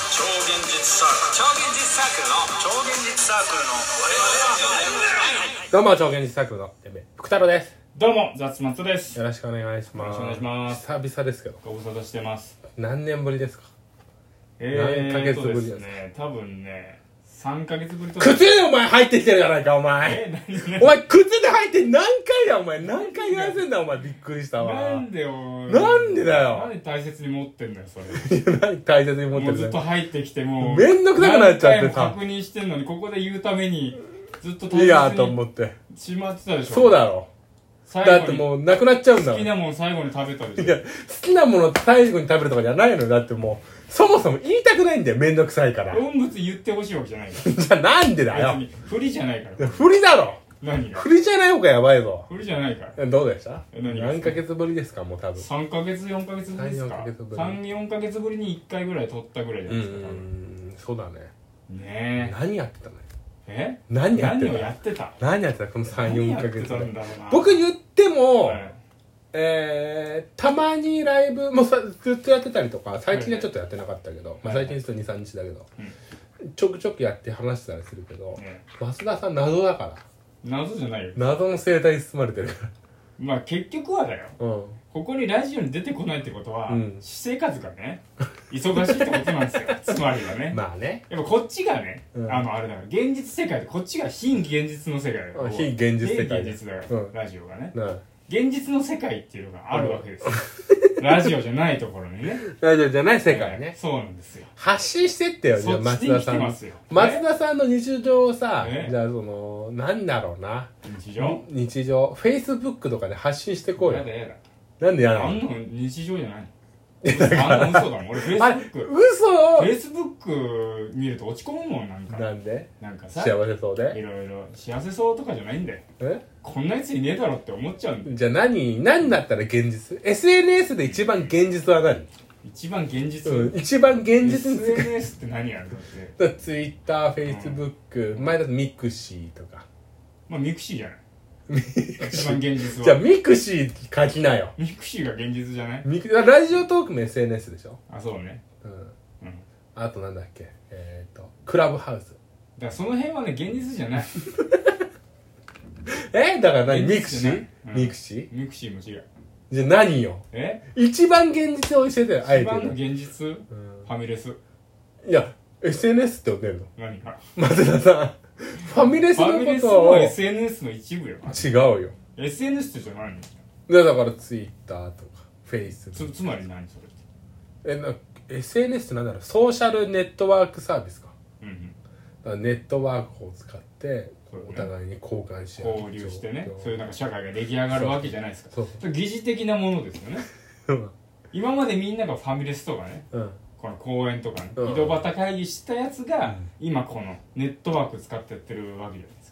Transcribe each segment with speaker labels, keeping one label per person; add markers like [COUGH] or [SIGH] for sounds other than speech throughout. Speaker 1: 現実サークル超現実サークルの超現実サークルの我々は
Speaker 2: どうも、超現実サークルのてめえ福太郎です。
Speaker 3: どうも、ザッツマツです。
Speaker 2: よろしくお願いします。
Speaker 3: よろしくお願いします
Speaker 2: 久々ですけど、
Speaker 3: ご無沙汰してます。
Speaker 2: 何年ぶりですか
Speaker 3: え
Speaker 2: 何ヶ
Speaker 3: ー
Speaker 2: 月
Speaker 3: と
Speaker 2: ぶり
Speaker 3: で
Speaker 2: ですか
Speaker 3: すね、多分ね、3ヶ月ぶりとか。
Speaker 2: 靴でお前入ってきてるじゃないか、お
Speaker 3: [LAUGHS]
Speaker 2: 前。
Speaker 3: え、何何
Speaker 2: お前、靴で入って何回だ、お前。何回言わせんだ、お前。びっくり [LAUGHS] した
Speaker 3: な
Speaker 2: わ
Speaker 3: ん。でよ。
Speaker 2: なんでだよ
Speaker 3: なんで大切に持ってんのよ、それ。
Speaker 2: 何大切に持って
Speaker 3: もうずっ
Speaker 2: る
Speaker 3: と
Speaker 2: ね。
Speaker 3: 入ってきて、もう。
Speaker 2: めんどくさくなっちゃってさ
Speaker 3: 何回も確認してんのに、ここで言うために、ずっと
Speaker 2: いいやと思
Speaker 3: に
Speaker 2: って。
Speaker 3: しまってたでしょ。
Speaker 2: そうだろ。
Speaker 3: 最後
Speaker 2: だ
Speaker 3: に
Speaker 2: ってもう、なくなっちゃうんだ
Speaker 3: 好
Speaker 2: もん。
Speaker 3: き
Speaker 2: い
Speaker 3: なもん最後に食べたでし
Speaker 2: や、
Speaker 3: ょ。
Speaker 2: 好きなもの最後に食べるとかじゃないのよ。だってもう、そもそも言いたくないんだよ。めんどくさいから。じ
Speaker 3: 音物言ってほしいわけじゃないか
Speaker 2: ゃあ、なんでだ
Speaker 3: ら。
Speaker 2: よ
Speaker 3: 別。に、振りじゃないか
Speaker 2: い [LAUGHS] や
Speaker 3: ら。
Speaker 2: 振りだろ。
Speaker 3: 何が
Speaker 2: 振りじゃない方がやばいぞ。
Speaker 3: 振りじゃないから。
Speaker 2: どうでした
Speaker 3: え何が
Speaker 2: 何ヶ月ぶりですかもう多分
Speaker 3: 3ヶ月4ヶ月ぶりですか
Speaker 2: 3 4ヶ月ぶり
Speaker 3: 34ヶ月ぶりに1回ぐらい撮ったぐらいじゃ
Speaker 2: う
Speaker 3: ないですか、多分
Speaker 2: んそうだね
Speaker 3: ね
Speaker 2: 何やってたのよ
Speaker 3: ええ
Speaker 2: 何やって
Speaker 3: 何を
Speaker 2: た
Speaker 3: やってた
Speaker 2: 何やってたこの
Speaker 3: 何
Speaker 2: 34
Speaker 3: やっ
Speaker 2: ヶ
Speaker 3: て
Speaker 2: 月
Speaker 3: たん
Speaker 2: で
Speaker 3: だろうな
Speaker 2: 僕言っても、
Speaker 3: はい
Speaker 2: えー、たまにライブもさずっとやってたりとか最近はちょっとやってなかったけど、まあ、
Speaker 3: はい
Speaker 2: 最近ちょっと23日だけど、
Speaker 3: う
Speaker 2: ちょくちょくやって話してたりするけど、
Speaker 3: ね
Speaker 2: 増田さん謎だから
Speaker 3: 謎じゃないよ
Speaker 2: 謎の生態に包まれてるか
Speaker 3: まあ結局はだよ
Speaker 2: らうん
Speaker 3: ここにラジオに出てこないってことは、
Speaker 2: うん
Speaker 3: 私生活がね忙しいってことなん
Speaker 2: [LAUGHS]
Speaker 3: ですよつまりはね、
Speaker 2: まあね
Speaker 3: やっぱこっちがね、
Speaker 2: うん
Speaker 3: あのあれだから現実世界でこっちが非現実の世界だから
Speaker 2: あ非現実世界
Speaker 3: 非現実だか
Speaker 2: う
Speaker 3: ら、
Speaker 2: ん
Speaker 3: ラジオがね
Speaker 2: な
Speaker 3: 現実の世界っていうのがあるわけですよ、ラジオじゃないところにね
Speaker 2: 大丈夫じゃない [LAUGHS] 世界
Speaker 3: え
Speaker 2: ね
Speaker 3: ーそうなんですよ
Speaker 2: 発信してってよじゃあ
Speaker 3: そっち
Speaker 2: 松
Speaker 3: に
Speaker 2: 田
Speaker 3: 来
Speaker 2: さ
Speaker 3: て
Speaker 2: んの
Speaker 3: ますよ
Speaker 2: 松田さんの日常をさ、
Speaker 3: え
Speaker 2: じゃあそのなんだろうな
Speaker 3: 日常
Speaker 2: 日常フェイスブックとかで発信してこう
Speaker 3: や
Speaker 2: よ
Speaker 3: だやだ
Speaker 2: なんでや
Speaker 3: あ
Speaker 2: なんの
Speaker 3: の日常じゃないのあんな嘘だもん俺フ
Speaker 2: あ
Speaker 3: ェイ
Speaker 2: れ
Speaker 3: スブック
Speaker 2: 嘘
Speaker 3: フェイスブック見ると落ち込むもんなん
Speaker 2: な
Speaker 3: か
Speaker 2: んで
Speaker 3: なんかさ
Speaker 2: 幸せそう
Speaker 3: い
Speaker 2: で
Speaker 3: ろいろ幸せそうとかじゃないんだよ
Speaker 2: え
Speaker 3: こんなやついねえだろって思っちゃうんだよ
Speaker 2: じゃあ何何だったら現実 SNS で一番現実は何、
Speaker 3: 一番現実
Speaker 2: うん、一番現実につく
Speaker 3: SNS って何やるのって
Speaker 2: だから Twitter、Facebook、前だとミクシーとか
Speaker 3: まあミクシーじゃない一番現実
Speaker 2: じゃあ
Speaker 3: は
Speaker 2: ミクシー書きなよ
Speaker 3: ミクシーが現実じゃない
Speaker 2: ミクラジオトークも SNS でしょ、
Speaker 3: あそうね
Speaker 2: うん、
Speaker 3: うんだか
Speaker 2: あとなんだっけえっ、とクラブハウス
Speaker 3: らその辺はね現実じゃない
Speaker 2: えだから何ミ
Speaker 3: 現
Speaker 2: ク
Speaker 3: 実
Speaker 2: シ
Speaker 3: じゃ
Speaker 2: ー
Speaker 3: ない、うん
Speaker 2: ミクシー
Speaker 3: ミクシーも違う
Speaker 2: じゃあ何よ
Speaker 3: え
Speaker 2: 一番現実を教えてよあえて
Speaker 3: 一番の
Speaker 2: 言う
Speaker 3: 現実、
Speaker 2: ん
Speaker 3: ファミレス
Speaker 2: いや SNS って呼んでるの
Speaker 3: 何か
Speaker 2: 松田さん
Speaker 3: [LAUGHS]
Speaker 2: ファミレス
Speaker 3: フ
Speaker 2: の
Speaker 3: ァミレ
Speaker 2: こ
Speaker 3: ス
Speaker 2: と
Speaker 3: も
Speaker 2: を
Speaker 3: SNS の一部よ
Speaker 2: 違うよ
Speaker 3: SNS ってじゃないの
Speaker 2: でだからツイッターとかフェイス
Speaker 3: つつまり何それっ
Speaker 2: え
Speaker 3: て
Speaker 2: な SNS ってなんだろうソーシャルネットワークサービスか
Speaker 3: うんうん
Speaker 2: だからネットワークを使って
Speaker 3: そうね
Speaker 2: お互いに交換し合う
Speaker 3: 交流してね
Speaker 2: 状況
Speaker 3: そういうなんか社会が出来上がるわけじゃないですか
Speaker 2: そう
Speaker 3: それ疑似的なものですよね今までみんながファミレスとかね
Speaker 2: うん
Speaker 3: この公園とかね
Speaker 2: うん
Speaker 3: 井戸端会議したやつが今このネットワーク使ってやってるわけじゃないで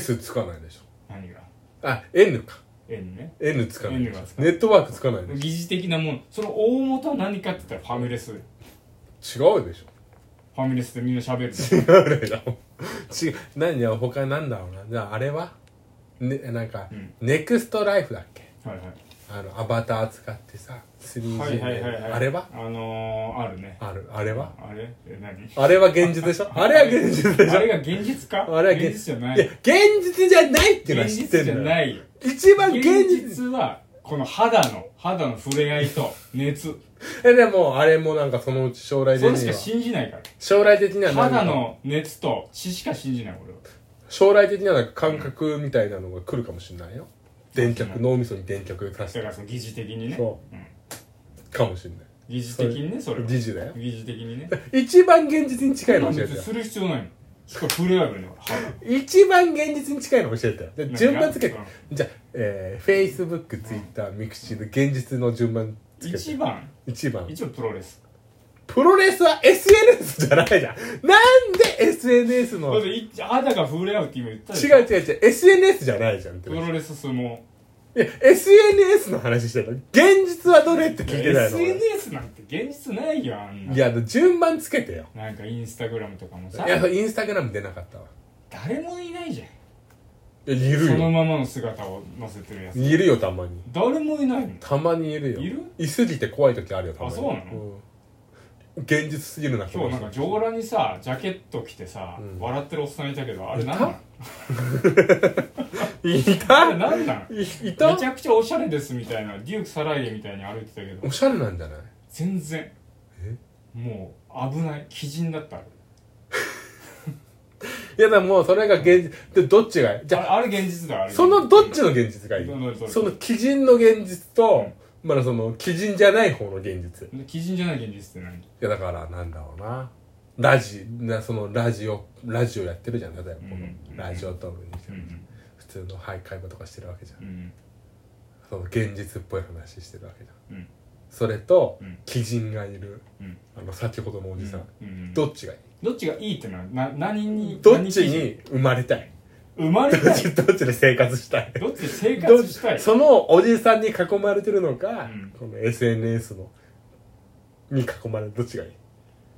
Speaker 3: すか
Speaker 2: S つかないでしょ
Speaker 3: 何が
Speaker 2: あ N か
Speaker 3: N ね
Speaker 2: N つかない
Speaker 3: N がつか
Speaker 2: ネットワークつかないで
Speaker 3: 疑似的なものその大元は何かって言ったらファミレスフ
Speaker 2: しょ違うでしょ [LAUGHS]
Speaker 3: ァミレスでみんな喋るじゃん
Speaker 2: 違うね違う何や他なんだろうなじゃああれはねなんか、
Speaker 3: うん
Speaker 2: ネクストライフだっけ
Speaker 3: はいはい
Speaker 2: あのアバター使ってさ 3G で、
Speaker 3: はいはいはいはい
Speaker 2: あれは
Speaker 3: あのー、あるね
Speaker 2: あるあれは
Speaker 3: あれえ何
Speaker 2: あれは現実で
Speaker 3: [LAUGHS]
Speaker 2: しょあれは現実でしょ
Speaker 3: あれが現実か
Speaker 2: あれは
Speaker 3: 現実じゃない
Speaker 2: や現実じゃないっていうのは
Speaker 3: 現
Speaker 2: 知って
Speaker 3: 実じゃ
Speaker 2: るの
Speaker 3: な
Speaker 2: よ
Speaker 3: いよ
Speaker 2: 一番
Speaker 3: 現
Speaker 2: 現実
Speaker 3: 実はこの肌の肌の触れ合いと
Speaker 2: [LAUGHS]
Speaker 3: 熱
Speaker 2: えでもあれもなんかそのうち将来的
Speaker 3: それし
Speaker 2: に
Speaker 3: か
Speaker 2: は
Speaker 3: 信じないから
Speaker 2: 将来的にはなんか
Speaker 3: 肌の熱と死しか信じない俺は
Speaker 2: 将来的にはなんか感覚みたいなのが来るかもしれないよ電極脳みそに電極さ
Speaker 3: だ
Speaker 2: し
Speaker 3: か
Speaker 2: て
Speaker 3: らその疑似的にね
Speaker 2: そ
Speaker 3: うん
Speaker 2: かもしれない
Speaker 3: 疑似的にねそれは
Speaker 2: 疑似だよ
Speaker 3: 疑似的に
Speaker 2: [LAUGHS]
Speaker 3: ね
Speaker 2: 一番現実に近い
Speaker 3: そ
Speaker 2: の
Speaker 3: んな
Speaker 2: 教え
Speaker 3: の
Speaker 2: てよ
Speaker 3: する必要
Speaker 2: [LAUGHS]
Speaker 3: ないのしかも触れ合えばいいんだから肌
Speaker 2: 一番現実に近いの教えてよで
Speaker 3: 何が
Speaker 2: 順番つけて
Speaker 3: うん
Speaker 2: じゃあ、えー、Facebook、Twitter、ミクシーで現実の順番つけて
Speaker 3: 一番
Speaker 2: 一番
Speaker 3: 一応プロレス
Speaker 2: プロレスは SNS じゃないじゃんなんで SNS
Speaker 3: だ
Speaker 2: の
Speaker 3: っ
Speaker 2: 違う
Speaker 3: てい肌が触れ合うって今言ったでしょ
Speaker 2: 違う違う SNS じゃないじゃんって
Speaker 3: プロレス相撲
Speaker 2: いや SNS の話してたの現実はどれって聞いてないの俺
Speaker 3: SNS なんて現実ないよあんない
Speaker 2: や順番つけてよ
Speaker 3: なんかインスタグラムとかも
Speaker 2: い
Speaker 3: さ
Speaker 2: やインスタグラム出なかったわ
Speaker 3: 誰もいないじゃん
Speaker 2: いやいる
Speaker 3: その
Speaker 2: よ
Speaker 3: ままの姿を載せてるやつ
Speaker 2: いるよたまに
Speaker 3: 誰もいないの
Speaker 2: たまにいるよ
Speaker 3: いる
Speaker 2: いすぎて怖い時あるよたまに
Speaker 3: あそうなの
Speaker 2: ん現実すぎるな
Speaker 3: 今日なんか上裸にさジャケット着てさ、
Speaker 2: うん
Speaker 3: 笑ってるおっさんいたけどあれ
Speaker 2: いた
Speaker 3: 何なん
Speaker 2: い
Speaker 3: あ
Speaker 2: た
Speaker 3: れ何なん
Speaker 2: いい
Speaker 3: め
Speaker 2: た
Speaker 3: ちゃくちゃおしゃれですみたいなデュークサライエみたいに歩いてたけど
Speaker 2: おしゃれなんじゃない
Speaker 3: 全然
Speaker 2: え
Speaker 3: もう危ない鬼人だった
Speaker 2: いやでももうそれが現実でどっちがじ
Speaker 3: じゃ
Speaker 2: ゃ
Speaker 3: ああれ現実だあ
Speaker 2: あ
Speaker 3: れ
Speaker 2: そのどっちの現実がいい
Speaker 3: どれどれどれ
Speaker 2: その基人の現実と、まだその基人じゃない方の現実い
Speaker 3: 鬼人じゃない現実って何
Speaker 2: やだからなんだろうなラジなそのラジオラジオやってるじゃん例えばこ
Speaker 3: うん
Speaker 2: のラジオトークにしても
Speaker 3: うん
Speaker 2: 普通のはい会話とかしてるわけじゃん
Speaker 3: うん
Speaker 2: その現実っぽい話してるわけじゃん
Speaker 3: うん
Speaker 2: それと
Speaker 3: うん
Speaker 2: 基人がいる
Speaker 3: うん
Speaker 2: あの先ほどのおじさん
Speaker 3: うんうん
Speaker 2: どっちがいい
Speaker 3: どっちがいいってのはな何に
Speaker 2: どっち
Speaker 3: 何基準
Speaker 2: に生まれたい
Speaker 3: 生まれ
Speaker 2: ど
Speaker 3: た
Speaker 2: っ
Speaker 3: い
Speaker 2: ち [LAUGHS] どっちで生活したい
Speaker 3: どっちで生活したい
Speaker 2: そのおじさんに囲まれてるのか、
Speaker 3: うん
Speaker 2: この SNS のに囲まれるどっちがいい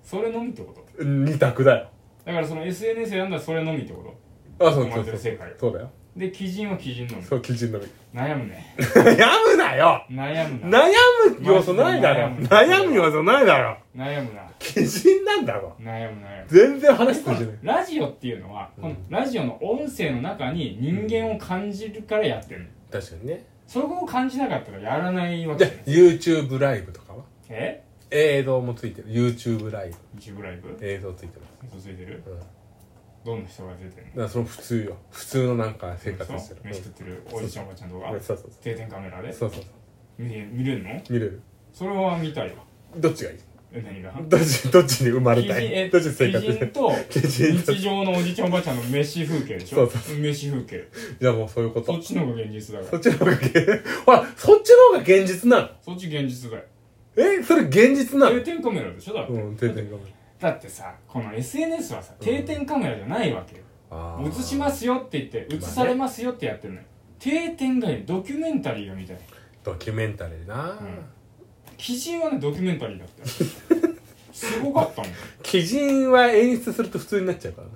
Speaker 3: それのみってこと
Speaker 2: 二択だよ
Speaker 3: だからその SNS 選んだらそれのみってこと
Speaker 2: あそう
Speaker 3: 囲ま
Speaker 2: そ
Speaker 3: れ
Speaker 2: う
Speaker 3: て
Speaker 2: そう
Speaker 3: る世界
Speaker 2: そうだよ
Speaker 3: で基人は基人のみ
Speaker 2: そう基準のみ [LAUGHS]
Speaker 3: 悩むね
Speaker 2: 悩むなよ
Speaker 3: 悩むな
Speaker 2: 悩む要素ないだろ
Speaker 3: マジで悩む
Speaker 2: 悩む要素ないだろ
Speaker 3: 悩むな
Speaker 2: 基準なんだろ
Speaker 3: 悩む悩む
Speaker 2: 全然話してるじゃない
Speaker 3: ラジオっていうのは、このラジオの音声の中に人間を感じるからやってるの
Speaker 2: 確かにね
Speaker 3: そこを感じなかったらやらないわ
Speaker 2: じ
Speaker 3: け
Speaker 2: ゃあ
Speaker 3: じゃない
Speaker 2: YouTube ライブとかは
Speaker 3: え
Speaker 2: 映像もついてる YouTube ライブ
Speaker 3: ?YouTube ライブ
Speaker 2: 映像ついてます
Speaker 3: 嘘ついてる、
Speaker 2: うん
Speaker 3: どんな人が出てる
Speaker 2: だからその普通よ普通のなんか生
Speaker 3: の
Speaker 2: 活してる
Speaker 3: 飯食ってるおじいちゃんおばあちゃんとか
Speaker 2: うんそうそう
Speaker 3: 定点カメラで
Speaker 2: そうそうそう
Speaker 3: 見れ見れるの
Speaker 2: 見れる
Speaker 3: それは見たいわ
Speaker 2: どっちがいい
Speaker 3: え何が
Speaker 2: どっち、どっちに生まれ
Speaker 3: 基人
Speaker 2: た
Speaker 3: え
Speaker 2: いどっちに生活し
Speaker 3: 基
Speaker 2: た
Speaker 3: 人
Speaker 2: い
Speaker 3: と
Speaker 2: 基人と
Speaker 3: 日常のおじいちゃんおばあちゃんの飯風景でしょ
Speaker 2: そう
Speaker 3: 飯風景
Speaker 2: じゃあもうそういうこ
Speaker 3: そ
Speaker 2: と
Speaker 3: っ。ちの方が現実だか
Speaker 2: そ
Speaker 3: ら
Speaker 2: っちの方が現、 [LAUGHS] ほら、そっちの方が現実なの。
Speaker 3: そっち現実だよ
Speaker 2: え、それ現実なの
Speaker 3: 定点カメラでしょだって、
Speaker 2: うん、定点カメ
Speaker 3: だってさこの SNS はさ定点カメラじゃないわけよ
Speaker 2: ラ。。
Speaker 3: 映しますすよって言って映
Speaker 2: まあね
Speaker 3: されますよってやってんのよ定点がいいドキュメンタリーが見たい
Speaker 2: ドキュメンタリーな。
Speaker 3: ん基準はねドキュメンタリーだったよ
Speaker 2: [LAUGHS]
Speaker 3: すごかったもん
Speaker 2: 基人は演出すると普通になっちゃうからね。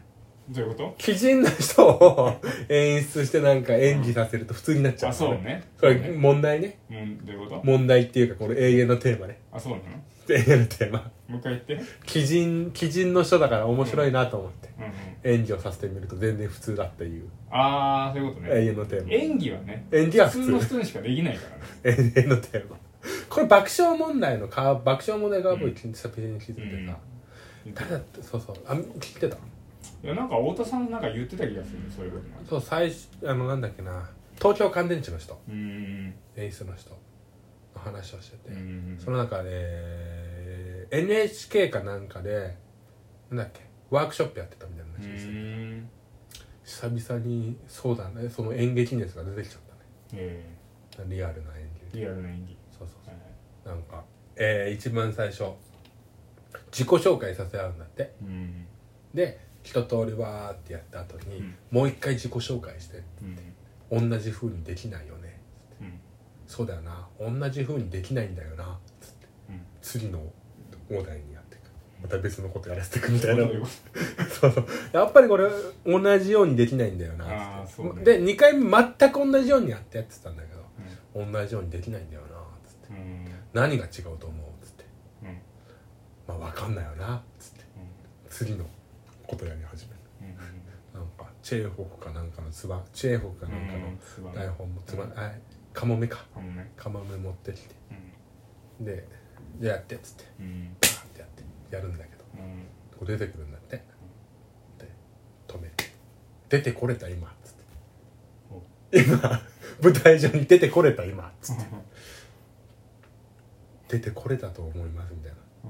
Speaker 3: どういうこ
Speaker 2: 基人の人を演出してなんか演技させると普通になっち
Speaker 3: と
Speaker 2: ゃ
Speaker 3: あ
Speaker 2: うか
Speaker 3: そう
Speaker 2: ら、。
Speaker 3: ね
Speaker 2: そ
Speaker 3: そう
Speaker 2: れ
Speaker 3: ね
Speaker 2: 問題ね。
Speaker 3: うんどういうこと
Speaker 2: 問題っていうか、この永遠のテーマね。
Speaker 3: あそうなの
Speaker 2: 永遠のテーマ。
Speaker 3: もう一回言って
Speaker 2: 基人、基人の人だから面白いなと思って。
Speaker 3: うんうん
Speaker 2: 演技をさせてみると全然普通だっていう
Speaker 3: ああそういうこと
Speaker 2: 永
Speaker 3: ね
Speaker 2: 遠のテーマ
Speaker 3: 演技はね
Speaker 2: 演技は
Speaker 3: 普
Speaker 2: 普
Speaker 3: 通
Speaker 2: 通
Speaker 3: の人にしかできないからね
Speaker 2: [LAUGHS] 永遠のテーマこれ爆笑問題のか爆笑問題が僕一日久々に聞いて
Speaker 3: う
Speaker 2: て
Speaker 3: ん
Speaker 2: さ誰だってそうそうあ聞いてた
Speaker 3: いやなんか太田さんなんか言ってた気がするねそういうことな
Speaker 2: そう最初あのなんだっけな東京乾電池の人
Speaker 3: うーん
Speaker 2: 演出の人の話をしてて、
Speaker 3: うんうん
Speaker 2: その中で NHK かなんかでなんだっけワークショップやってたみたいな
Speaker 3: う
Speaker 2: 話をしてて
Speaker 3: ーん
Speaker 2: 久々にそうだねその演劇熱が出てきちゃっ
Speaker 3: え
Speaker 2: たねリアルな演
Speaker 3: ー
Speaker 2: 技
Speaker 3: リアルな演技
Speaker 2: そうそう
Speaker 3: はいはい
Speaker 2: なんか、えー、一番最初自己紹介させ合うんだって
Speaker 3: うん
Speaker 2: で一通りわーってやった後に、
Speaker 3: うん
Speaker 2: もう一回自己紹介して
Speaker 3: うん
Speaker 2: 同じ風にできないよね
Speaker 3: うん
Speaker 2: そうだよな同じ風にできないんだよなつって
Speaker 3: うん
Speaker 2: 次のお題にやっていくまた別のことやらせていくみたいな
Speaker 3: どういうこ
Speaker 2: [LAUGHS]
Speaker 3: と
Speaker 2: そうそうやっぱりこれ同じようにできないんだよ
Speaker 3: あ
Speaker 2: な
Speaker 3: ー
Speaker 2: つって
Speaker 3: そうね
Speaker 2: で2回目全く同じようにやってやってたんだけど同じようにできないんだよなつって
Speaker 3: うん
Speaker 2: 何が違うと思うつって
Speaker 3: うんうん
Speaker 2: まあ分かんないよなつって次のことやり始める
Speaker 3: うん
Speaker 2: なんかチェーホフかなんかのつばチェーホフかなんか
Speaker 3: うん
Speaker 2: の
Speaker 3: つば
Speaker 2: 台
Speaker 3: ね
Speaker 2: 本もつば、
Speaker 3: うん
Speaker 2: あカモメか
Speaker 3: かもね
Speaker 2: カモメ持ってきて
Speaker 3: うん
Speaker 2: で「じゃあやって」っつって
Speaker 3: うん
Speaker 2: パーンってやってやるんだけど
Speaker 3: うん
Speaker 2: これ出てくるんだってで止める「出てこれた今」っつって「今舞台上に出てこれた今」っつって「出てこれたと思います」みたいな
Speaker 3: う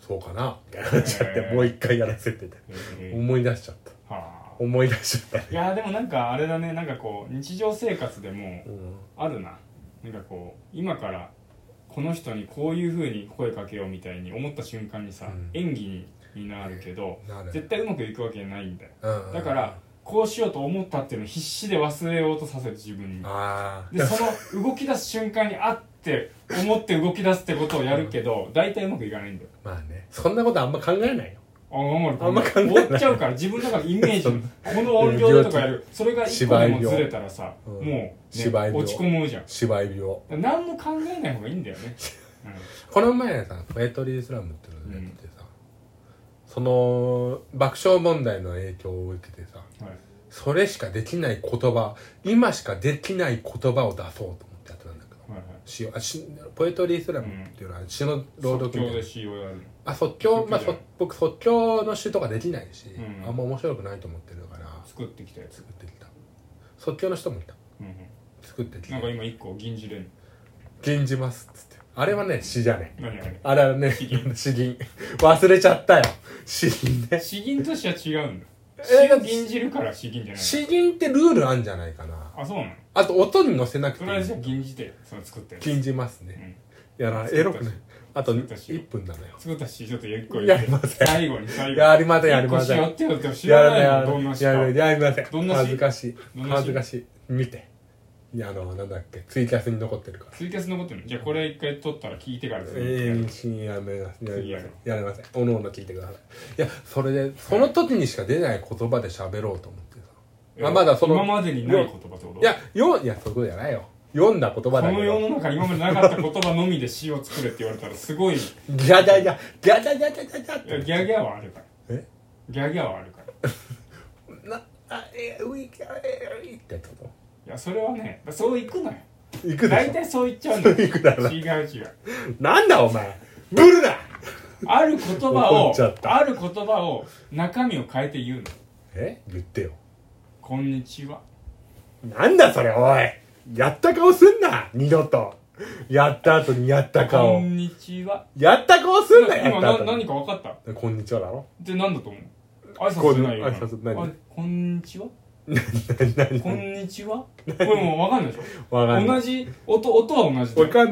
Speaker 2: 「そうかな」みたいになっちゃってもう一回やらせてて
Speaker 3: えー
Speaker 2: 思い出しちゃった
Speaker 3: はあ
Speaker 2: 思い出しちゃっ
Speaker 3: いやでもなんかあれだねなんかこう日常生活でも
Speaker 2: た、うん
Speaker 3: あるななんかこう今からこの人にこういう風に声かけようみたいに思った瞬間にさ、
Speaker 2: うん
Speaker 3: 演技になるけど
Speaker 2: なる
Speaker 3: 絶対うまくいくわけないんだよ
Speaker 2: だ
Speaker 3: だからこうしようと思ったっていうのを必死で忘れようとさせる自分に
Speaker 2: ああ
Speaker 3: でその動き出す瞬間にあって思って動き出すってことをやるけど大体うまくいかないんだよ
Speaker 2: まあねそんなことあんま考えないよ
Speaker 3: あ頑
Speaker 2: あんま
Speaker 3: 張る
Speaker 2: 考えない
Speaker 3: 終わっちゃうから自分の中のイメージこの音量でとかやるそれが一個でもずれたらさ、
Speaker 2: 芝居
Speaker 3: も
Speaker 2: 病
Speaker 3: う、ね、
Speaker 2: 芝居病
Speaker 3: 落ち込むじゃん
Speaker 2: 芝居病 [LAUGHS]
Speaker 3: 何も考えない方がいいんだよね
Speaker 2: この前さ「ポエトリースラム」っていうのをやっててさ、その爆笑問題の影響を受けてさ
Speaker 3: はい
Speaker 2: それしかできない言葉今しかできない言葉を出そうと思ってやってたんだけど
Speaker 3: はいはい
Speaker 2: 詩をあ詩ポエトリースラムっていうのは詩の朗読
Speaker 3: 即
Speaker 2: み
Speaker 3: 興
Speaker 2: たい
Speaker 3: で
Speaker 2: な
Speaker 3: C をやるの
Speaker 2: あ即興まあ
Speaker 3: 即興
Speaker 2: そ僕即興の詩とかできないし、
Speaker 3: うん
Speaker 2: あんま面白くないと思ってるから
Speaker 3: 作ってきたやつ
Speaker 2: 作ってきた即興の人もいた
Speaker 3: うんうん
Speaker 2: 作ってきた
Speaker 3: なんか今一個銀じれん
Speaker 2: 吟じますっつってあれはね詩じゃねえ
Speaker 3: 何あれ
Speaker 2: あれはね詩 [LAUGHS] 吟忘れちゃったよ詩吟ね
Speaker 3: 詩吟としては違うんだ
Speaker 2: え
Speaker 3: 詩を吟じるから詩吟じゃない
Speaker 2: 詩吟ってルールあんじゃないかな
Speaker 3: あそうなの
Speaker 2: あと音に乗せなく
Speaker 3: と
Speaker 2: て
Speaker 3: りあえずじゃあ
Speaker 2: いい
Speaker 3: 吟じてその作ったやつ
Speaker 2: 禁じます
Speaker 3: う
Speaker 2: ね
Speaker 3: ん
Speaker 2: いやな
Speaker 3: 作った
Speaker 2: エロくないあと
Speaker 3: 作ったし
Speaker 2: 1分だね
Speaker 3: 作った詩ちょっと一個
Speaker 2: やりません
Speaker 3: 最後に最後
Speaker 2: やりませんやりません
Speaker 3: 一個詩やってよって知
Speaker 2: や
Speaker 3: ら
Speaker 2: ら
Speaker 3: な
Speaker 2: ないい
Speaker 3: の
Speaker 2: やら
Speaker 3: ど
Speaker 2: な
Speaker 3: んない詩
Speaker 2: やらない
Speaker 3: か
Speaker 2: やりません
Speaker 3: どんな詩
Speaker 2: 恥ずかしい
Speaker 3: どんな詩
Speaker 2: 恥ずかしい見ていやあのなんだっけツイキャスに残ってるから
Speaker 3: ツイキャス残ってるのじゃあこれ一回撮ったら聞いてからす
Speaker 2: え
Speaker 3: る
Speaker 2: え深夜やめますや
Speaker 3: 次
Speaker 2: り
Speaker 3: や
Speaker 2: ませんや
Speaker 3: ろ
Speaker 2: りませんおのおの聞いてくださいいやそれでその時にしか出ない言葉で喋ろうと思ってさあまだその
Speaker 3: 今までにない言葉ってこと
Speaker 2: いやよいやそういうことじゃないよ読んだ言葉
Speaker 3: こ
Speaker 2: だ
Speaker 3: の
Speaker 2: け
Speaker 3: 世
Speaker 2: ど
Speaker 3: の中今までなかった言葉のみで詩を作れって言われたらすごいい
Speaker 2: ギャギャギャギャギャギャギャギャギャっ
Speaker 3: や
Speaker 2: て
Speaker 3: ギャギャはあるから
Speaker 2: え
Speaker 3: ギャギャはあるか
Speaker 2: [LAUGHS]
Speaker 3: ら
Speaker 2: なあえウィキャえウィってやつこ
Speaker 3: いやそれはねそういくのよ
Speaker 2: と行くでし
Speaker 3: 大
Speaker 2: ょ
Speaker 3: 体そう言っちゃうんだよ
Speaker 2: そういくだろ
Speaker 3: 違う違う
Speaker 2: なんだお前ブルだ
Speaker 3: ある言葉
Speaker 2: 怒っちゃっ
Speaker 3: を
Speaker 2: た
Speaker 3: ある言葉を中身を変えて言うの
Speaker 2: え言ってよ
Speaker 3: こんにちは
Speaker 2: なんだそれおいやった顔すんな二度とやった後にやった
Speaker 3: こ
Speaker 2: 顔
Speaker 3: んにち
Speaker 2: [LAUGHS]
Speaker 3: は
Speaker 2: やった顔すんなや
Speaker 3: 今
Speaker 2: っ
Speaker 3: な
Speaker 2: た後
Speaker 3: 何
Speaker 2: に
Speaker 3: か分かった
Speaker 2: こんにちはだろ [LAUGHS]
Speaker 3: で何だと思う挨拶しないよ
Speaker 2: こん挨拶何
Speaker 3: あこんにちは
Speaker 2: 何何
Speaker 3: こんにちはこれもう分かんないでしょ
Speaker 2: わかんない
Speaker 3: 同じ音音は同じだよ
Speaker 2: わかんない